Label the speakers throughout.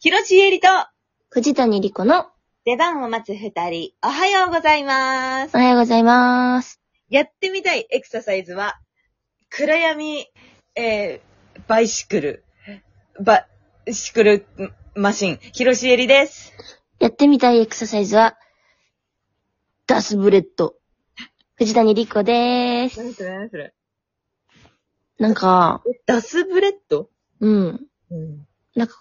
Speaker 1: 広しえりと、
Speaker 2: 藤谷莉子の、
Speaker 1: 出番を待つ二人、おはようございます
Speaker 2: お。はようございます。
Speaker 1: やってみたいエクササイズは、暗闇、えー、バイシクル、バ、シクル、んマシン、広しえりです。
Speaker 2: やってみたいエクササイズは、ダスブレッド。藤谷莉子でーす。
Speaker 1: 何それ何それ
Speaker 2: なんか、
Speaker 1: ダスブレッド
Speaker 2: うん。
Speaker 1: うん。
Speaker 2: なんか、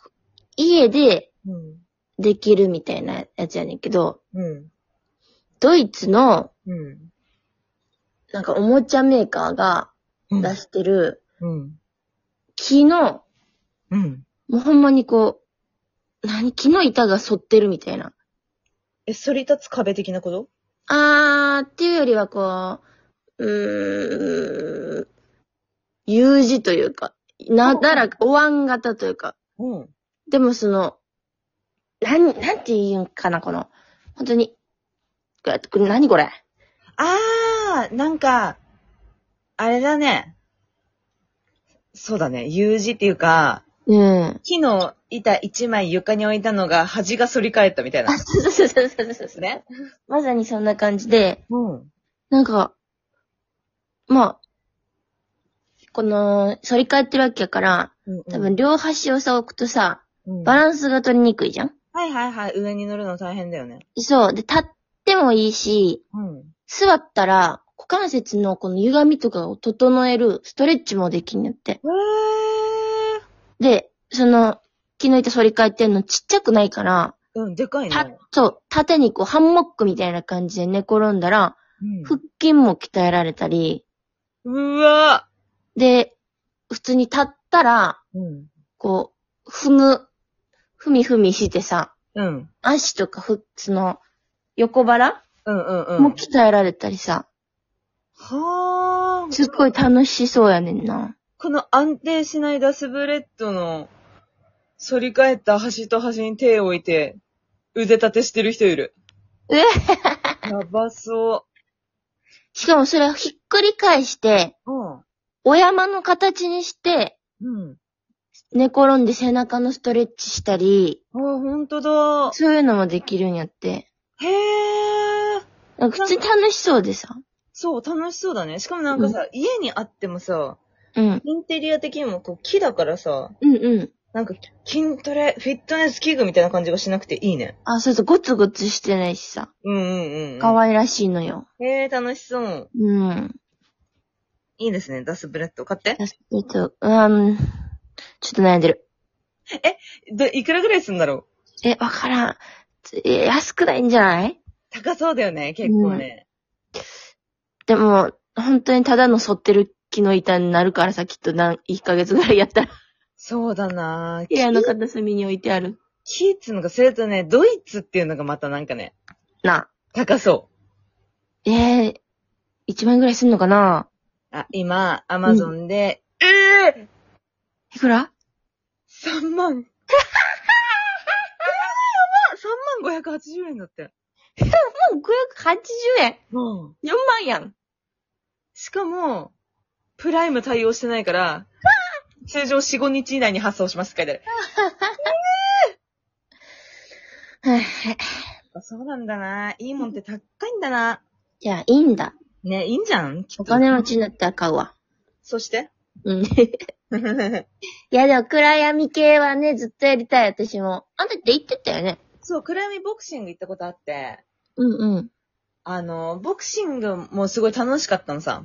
Speaker 2: 家で
Speaker 1: うん。
Speaker 2: できるみたいなやつやねんけど、
Speaker 1: うん。
Speaker 2: ドイツの、
Speaker 1: うん。
Speaker 2: なんかおもちゃメーカーが出してる、
Speaker 1: うん。
Speaker 2: 木の、
Speaker 1: うん。
Speaker 2: もうほんまにこう、何木の板が反ってるみたいな。
Speaker 1: え、反り立つ壁的なこと
Speaker 2: あーっていうよりはこう、うーん、U 字というか、なだらか、お椀型というか。
Speaker 1: うん。
Speaker 2: でもその、なん、なんて言うんかな、この、本当に、これ、これ何これ
Speaker 1: あー、なんか、あれだね。そうだね。U 字っていうか、
Speaker 2: うん。
Speaker 1: 木の板一枚床に置いたのが端が反り返ったみたいな
Speaker 2: あ、。そうそうそうそうそうそうそう。
Speaker 1: ね。
Speaker 2: まさにそんな感じで、
Speaker 1: うん。
Speaker 2: なんか、まあ、この、反り返ってるわけやから、多分両端をさ、置くとさ、
Speaker 1: うん、
Speaker 2: バランスが取りにくいじゃん
Speaker 1: はいはいはい。上に乗るの大変だよね。
Speaker 2: そう。で、立ってもいいし、
Speaker 1: うん。
Speaker 2: 座ったら、股関節のこの歪みとかを整えるストレッチもできんやって。
Speaker 1: へー。
Speaker 2: で、その、木の板反り返ってんのちっちゃくないから、
Speaker 1: うん、でかいね。
Speaker 2: た、そう、縦にこうハンモックみたいな感じで寝転んだら、
Speaker 1: うん
Speaker 2: 腹筋も鍛えられたり、
Speaker 1: うわ
Speaker 2: で、普通に立ったら、
Speaker 1: うん。
Speaker 2: こう、踏む、踏み踏みしてさ、
Speaker 1: うん。
Speaker 2: 足とかふ、その、横腹
Speaker 1: うんうんうん。
Speaker 2: も鍛えられたりさ、
Speaker 1: はー。
Speaker 2: すっごい楽しそうやねんな。
Speaker 1: この安定しないダスブレッドの、反り返った端と端に手を置いて、腕立てしてる人いる。
Speaker 2: え
Speaker 1: やばそ
Speaker 2: しかもそれをひっくり返して、
Speaker 1: う。
Speaker 2: お山の形にして、
Speaker 1: うん。うん。
Speaker 2: 寝転んで背中のストレッチしたり、
Speaker 1: あ、ほんとだ。
Speaker 2: そういうのもできるんやって。
Speaker 1: へー。
Speaker 2: なんか普通に楽しそうでさ。
Speaker 1: そう、楽しそうだね。しかもなんかさ、家にあってもさ、
Speaker 2: うん。
Speaker 1: インテリア的にもこう木だからさ、
Speaker 2: うんうん。
Speaker 1: なんか筋トレ、フィットネス器具みたいな感じがしなくていいね。
Speaker 2: あ、そうそう、ゴツゴツしてないしさ。
Speaker 1: うんうんうん。
Speaker 2: 可愛らしいのよ。
Speaker 1: いい。へー、楽しそう。
Speaker 2: うん。
Speaker 1: いいですね、ダスブレッド買って。
Speaker 2: ちょっと、うん。ちょっと悩んでる。
Speaker 1: で、いくらぐらいすんだろう
Speaker 2: え、わからん。つえ、安くないんじゃない
Speaker 1: 高そうだよね、結構ね。
Speaker 2: でも、本当にただの反ってる木の板になるからさ、きっと何、1ヶ月ぐらいやったら、
Speaker 1: そうだなぁ。
Speaker 2: 部屋の
Speaker 1: キ
Speaker 2: 片隅に置いてある。
Speaker 1: キーツのが、それとね、ドイツっていうのがまたなんかね、
Speaker 2: なあ。
Speaker 1: 高そ
Speaker 2: ええー、1万円ぐらいすんのかな
Speaker 1: う。あ、今、アマゾンで、え
Speaker 2: いくら
Speaker 1: ぇ、ー、!3 万。えぇ、ー、やば !3 万580円だって。
Speaker 2: もう580円
Speaker 1: うん。
Speaker 2: !4 万やん
Speaker 1: しかも、プライム対応してないから、通常4、5日以内に発送しますって書いてあ
Speaker 2: はい。
Speaker 1: る。そうなんだな。いいもんって高いんだな。
Speaker 2: じゃあ、いいんだ。
Speaker 1: ね、いいんじゃんきっ
Speaker 2: お
Speaker 1: と
Speaker 2: 金持ちになったら買うわ。
Speaker 1: そして
Speaker 2: うん。 いや、でも暗闇系はね、ずっとやりたい、私も。あんたって言ってたよね。
Speaker 1: そう、暗闇ボクシング行ったことあって、
Speaker 2: うんうん。
Speaker 1: あの、ボクシングもすごい楽しかったのさ。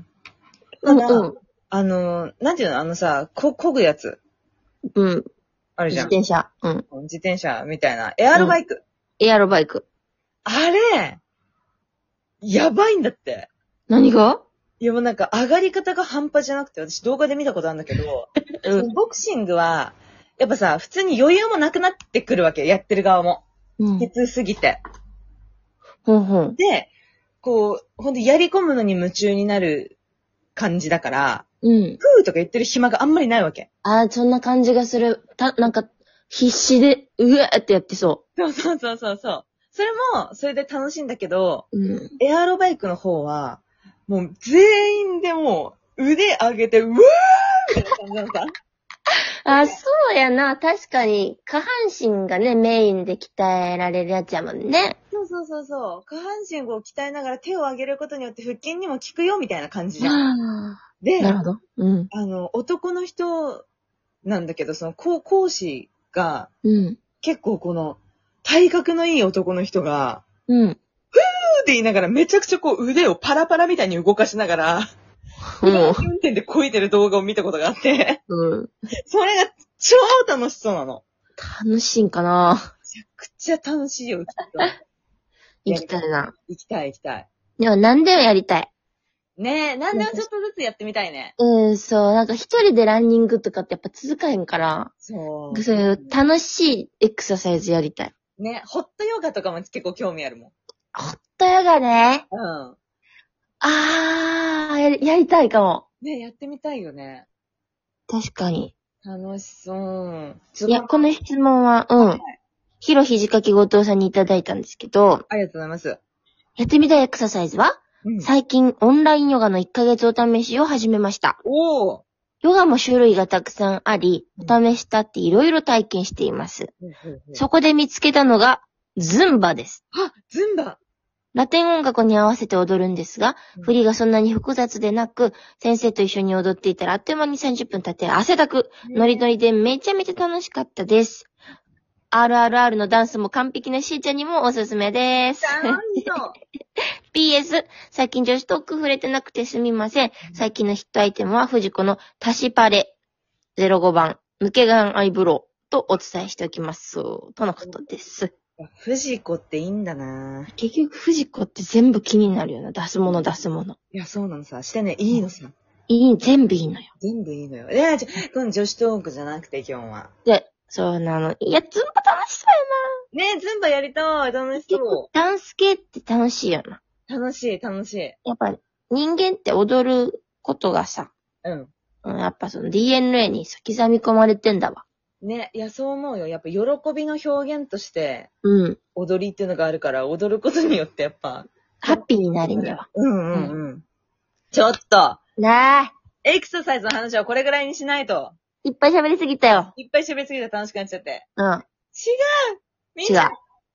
Speaker 2: う
Speaker 1: ただ
Speaker 2: ん
Speaker 1: あの、なんていうのあのさ、こ、漕ぐやつ。
Speaker 2: うん。うん。
Speaker 1: あるじ
Speaker 2: 自
Speaker 1: ゃん。
Speaker 2: 転車。うん。
Speaker 1: 自転車みたいな。エアロバイク。
Speaker 2: エアロバイク。
Speaker 1: あれやばいんだって。
Speaker 2: 何が
Speaker 1: いやもうなんか上がり方が半端じゃなくて、私動画で見たことあるんだけど、
Speaker 2: う
Speaker 1: その。ボクシングは、やっぱさ、普通に余裕もなくなってくるわけ。やってる側も。
Speaker 2: うん
Speaker 1: き。つすぎて。
Speaker 2: ほんほん。
Speaker 1: で、こう、ほんとやり込むのに夢中になる感じだから、
Speaker 2: うん。
Speaker 1: ふーとか言ってる暇があんまりないわけ。
Speaker 2: あー、そんな感じがする。た、なんか、必死で、うわーってやってそ
Speaker 1: そうそうそうそうそう。それも、それで楽しいんだけど、
Speaker 2: う。うん。
Speaker 1: エアロバイクの方は、もう全員でもう、腕上げて、うわーみたいな感じなのさ。
Speaker 2: あ、そうやな。確かに、下半身がね、メインで鍛えられるやつやもんね。
Speaker 1: そうそうそうそう。下半身を鍛えながら手を上げることによって腹筋にも効くよみたいな感じじゃん。
Speaker 2: な
Speaker 1: で、
Speaker 2: るほど。うん。
Speaker 1: あの、男の人なんだけど、その、高講師が、
Speaker 2: うん。
Speaker 1: 結構この、体格のいい男の人が、
Speaker 2: う
Speaker 1: ふ
Speaker 2: ん。
Speaker 1: ーって言いながらめちゃくちゃこう腕をパラパラみたいに動かしながら、
Speaker 2: も
Speaker 1: 運転でこいでる動画を見たことがあって、
Speaker 2: う、うん。
Speaker 1: それが超楽しそうなの。
Speaker 2: 楽しいんかな。
Speaker 1: くっちゃ楽しいよ、きっと。
Speaker 2: 行きたいな。
Speaker 1: 行きたい行きたい。
Speaker 2: でも何でもやりたい。
Speaker 1: ねえ、なんでもちょっとずつやってみたいね。
Speaker 2: うん、そう。なんか一人でランニングとかってやっぱ続かへんから、
Speaker 1: そう。
Speaker 2: そういう楽しいエクササイズやりたい。
Speaker 1: ね、ホットヨガとかも結構興味あるも
Speaker 2: ホットヨガね。
Speaker 1: ん。うん。
Speaker 2: あー、やりやりたいかも。
Speaker 1: ねやってみたいよね。
Speaker 2: 確かに。
Speaker 1: 楽しそう。ちょ
Speaker 2: いや、この質問は、うん。ヒロひじかき後藤さんにいただいたんですけど、
Speaker 1: ありがとうございます。
Speaker 2: やってみたいエクササイズは、
Speaker 1: うん
Speaker 2: 最近オンラインヨガの1ヶ月お試しを始めました。
Speaker 1: おー
Speaker 2: ヨガも種類がたくさんあり、
Speaker 1: う
Speaker 2: お
Speaker 1: ん
Speaker 2: 試したっていろいろ体験しています。そこで見つけたのが、ズンバです。
Speaker 1: あ、ズンバ
Speaker 2: ラテン音楽に合わせて踊るんですが
Speaker 1: うん、
Speaker 2: 振りがそんなに複雑でなく、先生と一緒に踊っていたらあっという間に30分経って汗だく、ノリノリでめちゃめちゃ楽しかったです。RRR のダンスも完璧なしーちゃんにもおすすめです
Speaker 1: ち。ゃんと
Speaker 2: PS、最近女子トーク触れてなくてすみません。最近のヒットアイテムは藤子のタシパレ05番、抜け眼アイブロウとお伝えしておきます。とのことです。
Speaker 1: 藤子っていいんだな
Speaker 2: 結局藤子って全部気になるよな。出すもの出すもの。
Speaker 1: いや、そうなのさ。してね、いいのさ。
Speaker 2: いい、全部いいのよ。
Speaker 1: 全部いいのよ。いや、じゃ、この女子トークじゃなくて、今日は。
Speaker 2: で、そうなの。いや、ズンバ楽しそう
Speaker 1: ねえ、ズンバやりたい。楽し
Speaker 2: やな。結構
Speaker 1: そ
Speaker 2: ダンス系って楽しいよな。
Speaker 1: う。楽しい、楽しい。
Speaker 2: やっぱ人間って踊ることがさ、
Speaker 1: うん。
Speaker 2: うんやっぱその DNA に刻み込まれてんだわ。
Speaker 1: ね、いや、そう思うよ。やっぱ、喜びの表現として、
Speaker 2: うん。
Speaker 1: 踊りっていうのがあるから、踊ることによって、やっぱ。
Speaker 2: ハッピーになるには。
Speaker 1: うんうんうん。ちょっと、
Speaker 2: なあ。
Speaker 1: エクササイズの話はこれぐらいにしないと。
Speaker 2: いっぱい喋りすぎたよ。
Speaker 1: いっぱい喋りすぎて楽しくなっちゃって。
Speaker 2: うん。
Speaker 1: 違うみん
Speaker 2: 違う
Speaker 1: な、。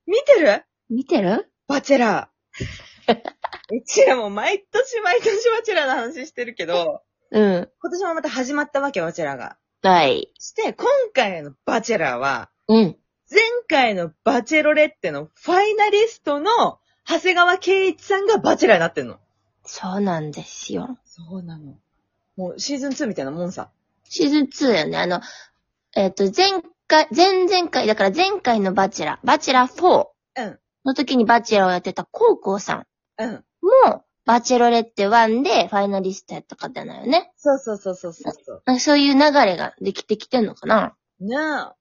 Speaker 1: 見てる
Speaker 2: 見てる
Speaker 1: バチェラ ー。うちらも毎年毎年バチェラーの話してるけ ど、
Speaker 2: うん。
Speaker 1: 今年もまた始まったわけ、バチェラーが。
Speaker 2: はい。
Speaker 1: して、今回のバチェラーは、
Speaker 2: うん。
Speaker 1: 前回のバチェロレッテのファイナリストの長谷川圭一さんがバチェラーになってんの。
Speaker 2: そうなんですよ。
Speaker 1: そうなの。もうシーズン2みたいなもんさ。
Speaker 2: シーズン2よね。あの、えっ、と、前回、前々回、だから前回のバチェラ、バチェラ4
Speaker 1: うん。
Speaker 2: の時にバチェラをやってたコウコウさん
Speaker 1: うん。
Speaker 2: も、バチェロレッテ1でファイナリストやった方なのよね。
Speaker 1: そうそうそうそうそうそ
Speaker 2: なんかそういう流れができてきてんのかな
Speaker 1: う。な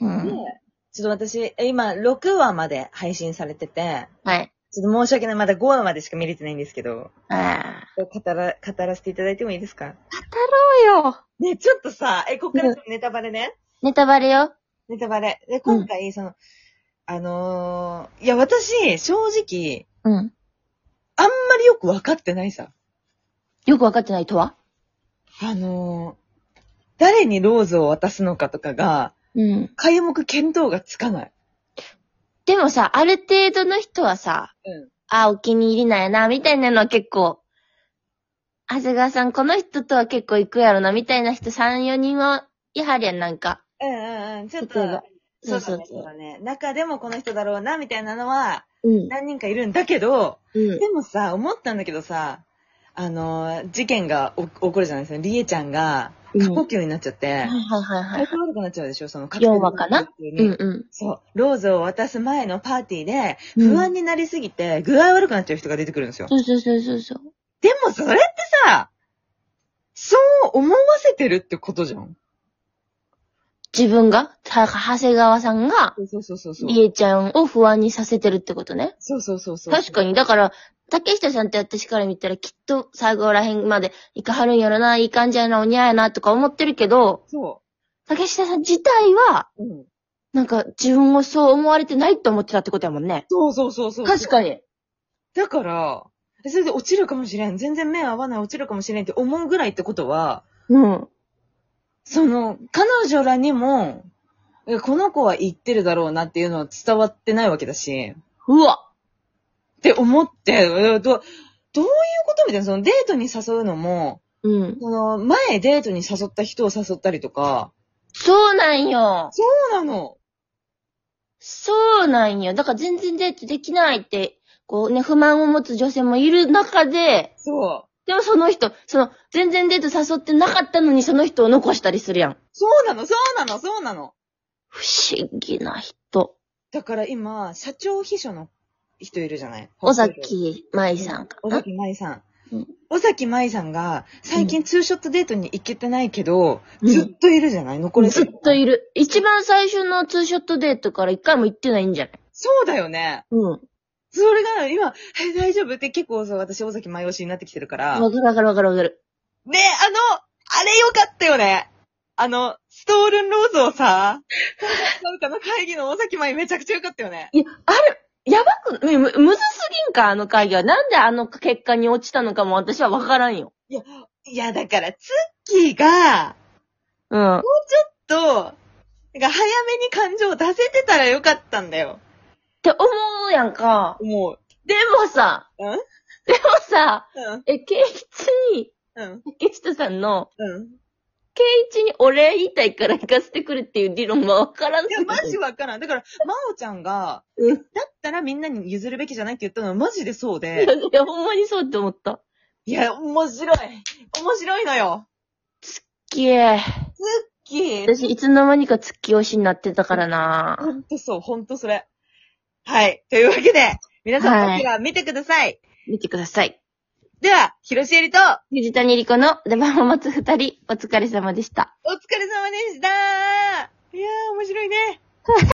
Speaker 2: う
Speaker 1: あ。ね
Speaker 2: ん。
Speaker 1: えちょっと私、え今、6話まで配信されてて、
Speaker 2: はい。
Speaker 1: ちょっと申し訳ない。まだ5話までしか見れてないんですけど、
Speaker 2: ああ。
Speaker 1: 語ら、語らせていただいてもいいですか
Speaker 2: そうよ。
Speaker 1: ねえちょっとさ、え、こっからちょっとネタバレね。
Speaker 2: ネタバレよ。
Speaker 1: ネタバレ。で、今回、その、あのー、いや、私、正直、
Speaker 2: うん。
Speaker 1: あんまりよくわかってないさ。
Speaker 2: よくわかってないとは
Speaker 1: あのー、誰にローズを渡すのかとかが、
Speaker 2: うん。
Speaker 1: 皆目見当がつかない。
Speaker 2: でもさ、ある程度の人はさ、
Speaker 1: うん。
Speaker 2: あ、お気に入りなんやな、みたいなのは結構、長谷川さん、この人とは結構行くやろな、みたいな人3、4人は、やはりやん、なんか。
Speaker 1: うんうんうん。ちょっと
Speaker 2: 例えば、
Speaker 1: そうそうね、そうだね。中でもこの人だろうな、みたいなのは、
Speaker 2: うん。
Speaker 1: 何人かいるんだけど、
Speaker 2: うん。
Speaker 1: でもさ、思ったんだけどさ、あのー、事件がお起こるじゃないですか。りえちゃんが、過呼吸になっちゃって、
Speaker 2: はいはいはいは
Speaker 1: 体
Speaker 2: い。
Speaker 1: 調悪くなっちゃうでしょその、
Speaker 2: 要はかな
Speaker 1: 確定
Speaker 2: う
Speaker 1: に
Speaker 2: んうん。
Speaker 1: そう。ローズを渡す前のパーティーで、
Speaker 2: うん
Speaker 1: 不安になりすぎて、具合悪くなっちゃう人が出てくるんですよ。
Speaker 2: そうそうそうそうそう。
Speaker 1: でもそれってさ、そう思わせてるってことじゃん。
Speaker 2: 自分が、た長谷川さんが、
Speaker 1: そうそうそうそう。
Speaker 2: りえちゃんを不安にさせてるってことね。
Speaker 1: そうそうそうそう。
Speaker 2: 確かに。だから、竹下さんって私から見たらきっと最後らへんまで行かはるんやろな、いい感じやな、お似合いやな、とか思ってるけど、
Speaker 1: そ
Speaker 2: 竹下さん自体は、
Speaker 1: う。うん。
Speaker 2: なんか自分をそう思われてないと思ってたってことやもんね。
Speaker 1: そうそうそうそう。
Speaker 2: 確かに。
Speaker 1: だから、それで落ちるかもしれん。全然目合わない落ちるかもしれんって思うぐらいってことは、
Speaker 2: うん。
Speaker 1: その、彼女らにも、えこの子は言ってるだろうなっていうのは伝わってないわけだし、
Speaker 2: うわ
Speaker 1: って思って、えどどういうことみたいな、そのデートに誘うのも、
Speaker 2: うん。
Speaker 1: その、前デートに誘った人を誘ったりとか、
Speaker 2: そうなんよ。
Speaker 1: そうなの。
Speaker 2: そうなんよ。だから全然デートできないって、こうね、不満を持つ女性もいる中で、
Speaker 1: そう。
Speaker 2: でもその人、その、全然デート誘ってなかったのにその人を残したりするやん。
Speaker 1: そうなの、そうなの、そうなの。
Speaker 2: 不思議な人。
Speaker 1: だから今、社長秘書の人いるじゃない
Speaker 2: 尾。崎舞さんか
Speaker 1: 尾
Speaker 2: な。
Speaker 1: 崎舞さん
Speaker 2: うん。
Speaker 1: 尾崎舞さんが、最近ツーショットデートに行けてないけど、
Speaker 2: うん
Speaker 1: ずっといるじゃない残れて
Speaker 2: ずっ
Speaker 1: る
Speaker 2: といる。一番最初のツーショットデートから一回も行ってないんじゃない
Speaker 1: そうだよね。
Speaker 2: うん。
Speaker 1: それが今、え大丈夫って結構そう、私尾崎舞推しになってきてるから。ね
Speaker 2: わかるわかるわかるわかる。
Speaker 1: え、あの、あれよかったよね。あの、ストールンローズをさ、なんかの会議の尾崎舞めちゃくちゃよかったよね。
Speaker 2: いや、あれ、やばく、む、むむずすぎんか、あの会議は。なんであの結果に落ちたのかも私はわからんよ。
Speaker 1: いや、だから、ツッキーが、
Speaker 2: うん。
Speaker 1: と、なんか早めに感情を出せてたらよかったんだよ。
Speaker 2: って思うやんか。
Speaker 1: もう。
Speaker 2: でもさ、
Speaker 1: ん
Speaker 2: でもさ、
Speaker 1: うん。
Speaker 2: え、ケイチに、
Speaker 1: うん。
Speaker 2: 竹下さんの、
Speaker 1: うん。
Speaker 2: ケイチにお礼言いたいから行かせてくれっていう理論はわからん
Speaker 1: いや、マジわからん。だから、まおちゃんが、
Speaker 2: うん
Speaker 1: だったらみんなに譲るべきじゃないって言ったのはマジでそう
Speaker 2: い
Speaker 1: で。
Speaker 2: や、いやほんまにそうって思った。
Speaker 1: いや、面白い。面白いのよ。
Speaker 2: きえ。
Speaker 1: きー。
Speaker 2: 私、いつの間にか月推しになってたからな
Speaker 1: ほんとそう、ほんとそれ。はい。というわけで、皆さん
Speaker 2: は
Speaker 1: も
Speaker 2: い
Speaker 1: ちは見てください。
Speaker 2: 見てください。
Speaker 1: では、広しえりと、
Speaker 2: 藤谷莉子の出番を待つ二人、お疲れ様でした。
Speaker 1: お疲れ様でしたいやー、面白いね。